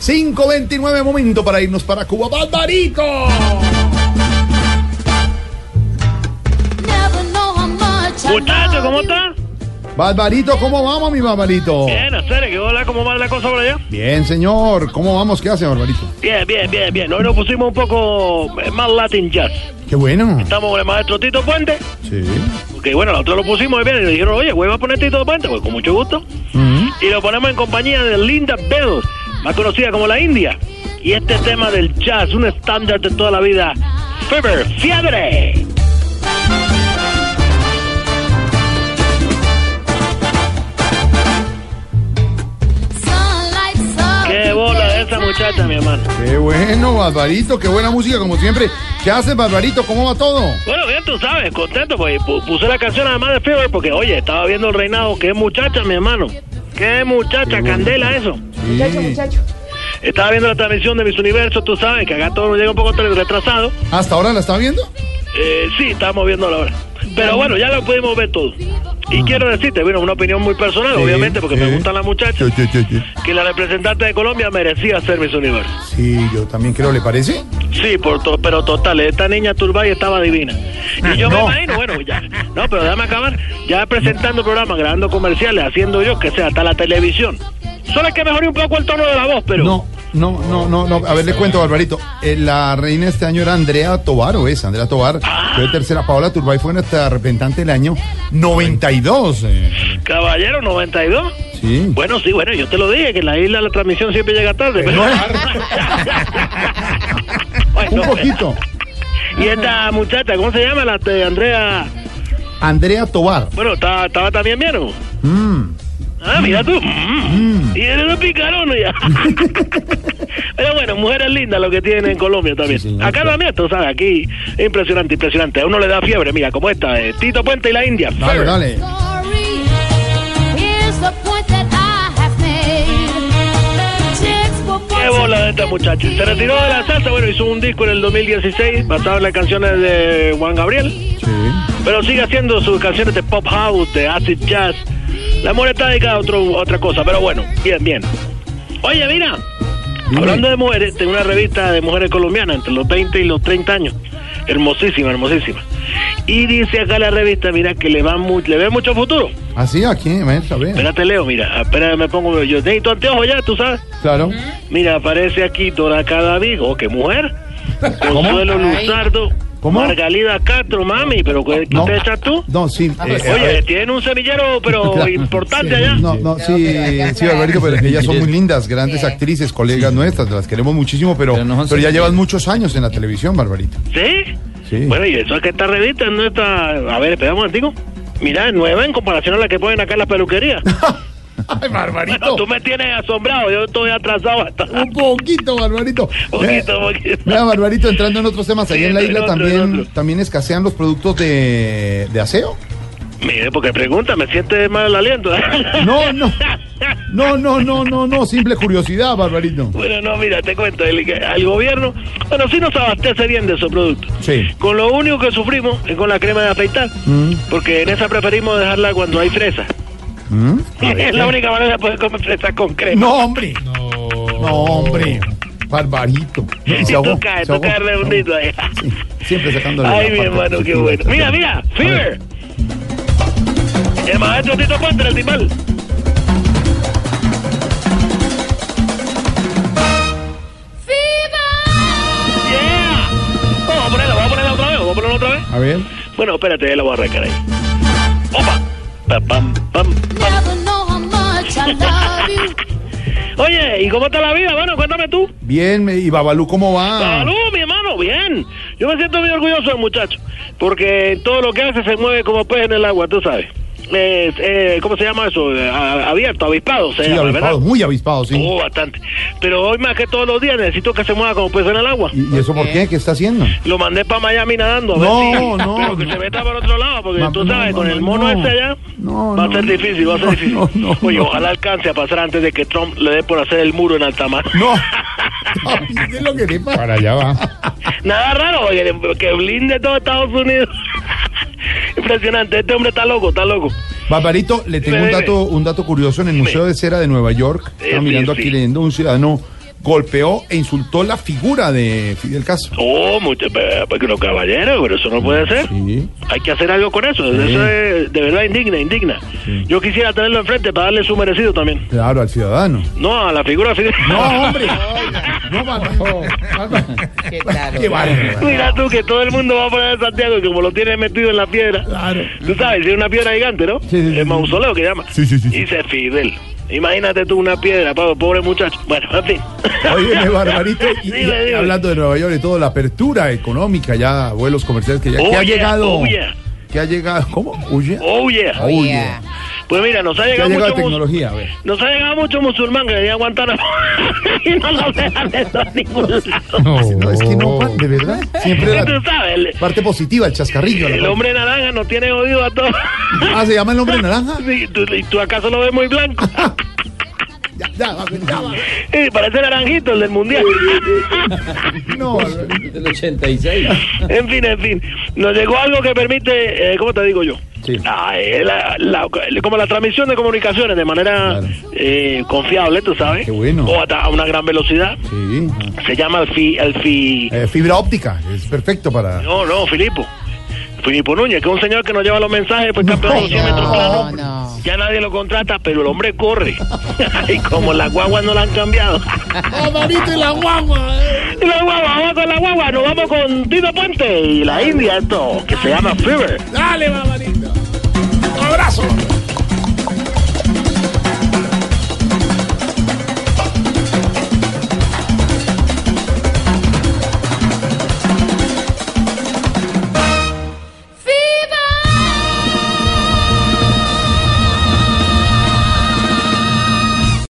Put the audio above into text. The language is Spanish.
5.29, momento para irnos para Cuba. ¡Barbarito! Muchachos, ¿cómo estás? Barbarito, ¿cómo vamos, mi barbarito? Bien, Astera, ¿qué hola? ¿Cómo va la cosa por allá? Bien, señor. ¿Cómo vamos? ¿Qué hace, barbarito? Bien, bien, bien, bien. Hoy nos pusimos un poco eh, más Latin Jazz. Qué bueno. Estamos con el maestro Tito Puente, Sí. que bueno, nosotros lo pusimos y bien, y le dijeron, oye, vuelve a poner Tito Puente, pues con mucho gusto. Mm. Y lo ponemos en compañía de Linda Bell, más conocida como la India. Y este tema del jazz, un estándar de toda la vida. Fever, fiebre. Qué bola de esa muchacha, mi hermano. Qué bueno, barbarito. Qué buena música, como siempre. ¿Qué hace, barbarito? ¿Cómo va todo? Bueno, bien, tú sabes, contento, pues pu- puse la canción además de Fever porque, oye, estaba viendo el reinado. Qué muchacha, mi hermano. Qué muchacha, candela eso. Muchacho, muchacho. Estaba viendo la transmisión de Mis Universo, tú sabes, que acá todo nos llega un poco tra- retrasado. ¿Hasta ahora la está viendo? Eh, sí, estábamos viendo la hora. Pero bueno, ya lo pudimos ver todo. Y quiero decirte, bueno, una opinión muy personal, Sí, obviamente, porque me sí. gustan las Sí, muchachas, sí, sí, sí. que la representante de Colombia merecía ser Miss Universo. Sí, yo también creo, ¿le parece? Sí, por to- pero total, esta niña Turbay estaba divina. Y yo me Ah, No. imagino, bueno, ya. No, pero déjame acabar. Ya presentando programas, grabando comerciales, haciendo yo, que sea, hasta la televisión. Solo es que mejoré un poco el tono de la voz, pero. No, no, no, no, no. A ver, le cuento, Barbarito. Eh, la reina este año era Andrea Tobar, o es Andrea Tobar. Fue tercera. Paola Turbay fue nuestra representante del año 92. eh. Caballero 92. Sí. Bueno, sí, bueno, yo te lo dije, que en la isla la transmisión siempre llega tarde. Pero... Ay, Un no, poquito. Y esta muchacha, ¿cómo se llama? La de Andrea. Andrea Tobar. Bueno, estaba, estaba también bien, ¿no? Mm. Ah, mira tú. Mm. Y eres un picarón ya. Pero bueno, mujeres lindas lo que tienen en Colombia también. Sí, señor. Acá también, tú sabes, aquí impresionante, impresionante. A uno le da fiebre, mira, como esta, eh, Tito Puente y la India. Dale, Fiebre. dale. Qué bola de esta muchacha. Se retiró de la salsa, bueno, hizo un disco en el 2016 basado en las canciones de Juan Gabriel, Sí. pero sigue haciendo sus canciones de pop house, de acid jazz. La mujer está dedicada a otro- otra cosa, pero bueno, bien, bien. Oye, mira, Dime. Hablando de mujeres, tengo una revista de mujeres colombianas entre los 20 y los 30 años. Hermosísima, hermosísima. Y dice acá la revista, mira, que le va mu- le ve mucho futuro. Así, aquí, maestra, bien. Espérate, Leo, mira, espérate, me pongo yo. Necesito anteojos ya, tú sabes. Claro. Mira, aparece aquí Dora Cadavigo. Oh, qué mujer. Consuelo Luzardo. ¿Cómo? Margalida Castro, mami, pero ¿qué, qué No. te echas tú? Ah, pues, No, sí. eh, a Oye, ver. tiene un semillero, pero Claro. importante Sí, allá. No, no, sí, sí, Barbarito, pero ellas son muy lindas, grandes actrices, colegas nuestras, las queremos muchísimo, pero, Pero no son pero ya sencillas. llevan muchos años en la televisión, Barbarito. ¿Sí? Sí. Bueno, y eso es que esta revista no está... A ver, esperamos, antiguo. Mira, es nueva en comparación a la que ponen acá en la peluquería. Ay, Bueno, Barbarito. tú me tienes asombrado, yo estoy atrasado hasta... Un poquito, Barbarito. Poquito, poquito. Mira, Barbarito, entrando en otros temas, ahí Sí, en la en isla otro, en también, otro. también escasean los productos de, de aseo. Mire, porque pregunta, me siente mal el aliento. No, no. No, no, no, no, no, simple curiosidad, Barbarito. Bueno, no, mira, te cuento, el, al gobierno, bueno, sí nos abastece bien de esos productos. Sí. Con lo único que sufrimos es con la crema de afeitar, Mm. porque en esa preferimos dejarla cuando hay fresa. ¿Mm? Es la única manera de poder comer fresa con crema. No, hombre. No, hombre. Barbarito. No, y se ahogó, toca, se ahogó, toca se ahogó. redondito ahí. Sí, Siempre sacándole Ay, la mi parte hermano, qué positiva. bueno. Mira, mira, A ver. Fever. El maestro Tito Puente, el timbal. Yeah. Vamos a ponerla, vamos a ponerla otra vez, vamos a ponerla otra vez. A ver. Bueno, espérate, ya la voy a arrancar ahí. Opa. Pa, pam, pam. Oye, ¿y cómo está la vida? Bueno, cuéntame tú. Bien, me- y Babalú, ¿cómo va? Salud, mi hermano, bien. Yo me siento muy orgulloso del muchacho, porque en todo lo que hace se mueve como pez en el agua, tú sabes. eh, eh, ¿cómo se llama eso? A- abierto, avispado, se Sí, llama, avispado, ¿verdad? muy avispado, sí. Oh, bastante. Pero hoy más que todos los días necesito que se mueva como pez en el agua. ¿Y, y eso por qué? ¿Qué está haciendo? Lo mandé para Miami nadando. A No, ver si, no, Pero que no. se meta para otro lado, porque Ma- tú no, sabes, no, con no, el mono no. ese allá, No, va a no, ser no. difícil, va a ser No, difícil. no, no, Oye, no. ojalá alcance a pasar antes de que Trump le dé por hacer el muro en alta mar. No. ¿Qué es lo que le pasa? Para allá va. Nada raro, oye, que blinde todo Estados Unidos. Impresionante, este hombre está loco, está loco. Barbarito, le tengo un Dime, dato, un dato curioso en el Museo de Cera de Nueva York. Eh, Estaba mirando sí, aquí sí. leyendo un ciudadano golpeó e insultó la figura de Fidel Castro. Oh, mucho, pe- pe- pero caballero, pero eso no puede ser. Sí. Hay que hacer algo con eso. Sí. Eso es de verdad indigna, indigna. Sí. Yo quisiera tenerlo enfrente para darle su merecido también. Claro, al ciudadano. No, a la figura Fidel. No, hombre. No, Barbarito. ¿Qué tal? Qué bárbaro. Mira tú que todo el mundo va a poner Santiago y como lo tiene metido en la piedra. Claro. Tú sabes, tiene una piedra gigante, ¿no? Sí, sí, sí, sí. El mausoleo que llama. Sí, sí, sí, sí. Dice Fidel. Imagínate tú una piedra, Pablo, pobre muchacho. Bueno, en fin. Oye, Barbarito, y- y Dime, dime. hablando de Nueva York y todo, la apertura económica ya, vuelos comerciales que ya que ha Oh, yeah, llegado. oh, yeah. Que ha llegado. ¿Cómo? Huye. Oh, yeah. Oh, Huye. yeah. Pues mira, nos ha Que ha llegado llegado la mucho mus- tecnología, a ver. Nos ha llegado mucho musulmán que venía a Guantánamo y no nos dejan de a ningún lado. No, es que no, de verdad. Siempre Y la tú sabes, el, parte positiva, el chascarrillo. la el parte- hombre naranja no tiene oído a todos. Ah, se llama el hombre naranja. ¿Y tú, y tú acaso lo ves muy blanco? Ya, ya, va, ya va. Sí, parece naranjito el del mundial. No, Pues, del 86. En fin, en fin. Nos llegó algo que permite, eh, ¿cómo te digo yo? Sí. Ah, eh, la- la- como la transmisión de comunicaciones de manera Claro. eh, confiable, tú sabes. Qué bueno. O hasta a una gran velocidad. sí. Se llama el fi, el fi, Eh, fibra óptica, es perfecto para. No, no, Filipo. Filipo Núñez, que es un señor que nos lleva los mensajes, pues campeón de los 100 metros No, planos. no. Ya nadie lo contrata, pero el hombre corre. y como las guaguas no la han cambiado. Barbarito y la guagua! eh. Y la guagua, vamos con la guagua, nos vamos con Tito Puente y la India, esto, que se llama Fever. ¡Dale, Barbarito!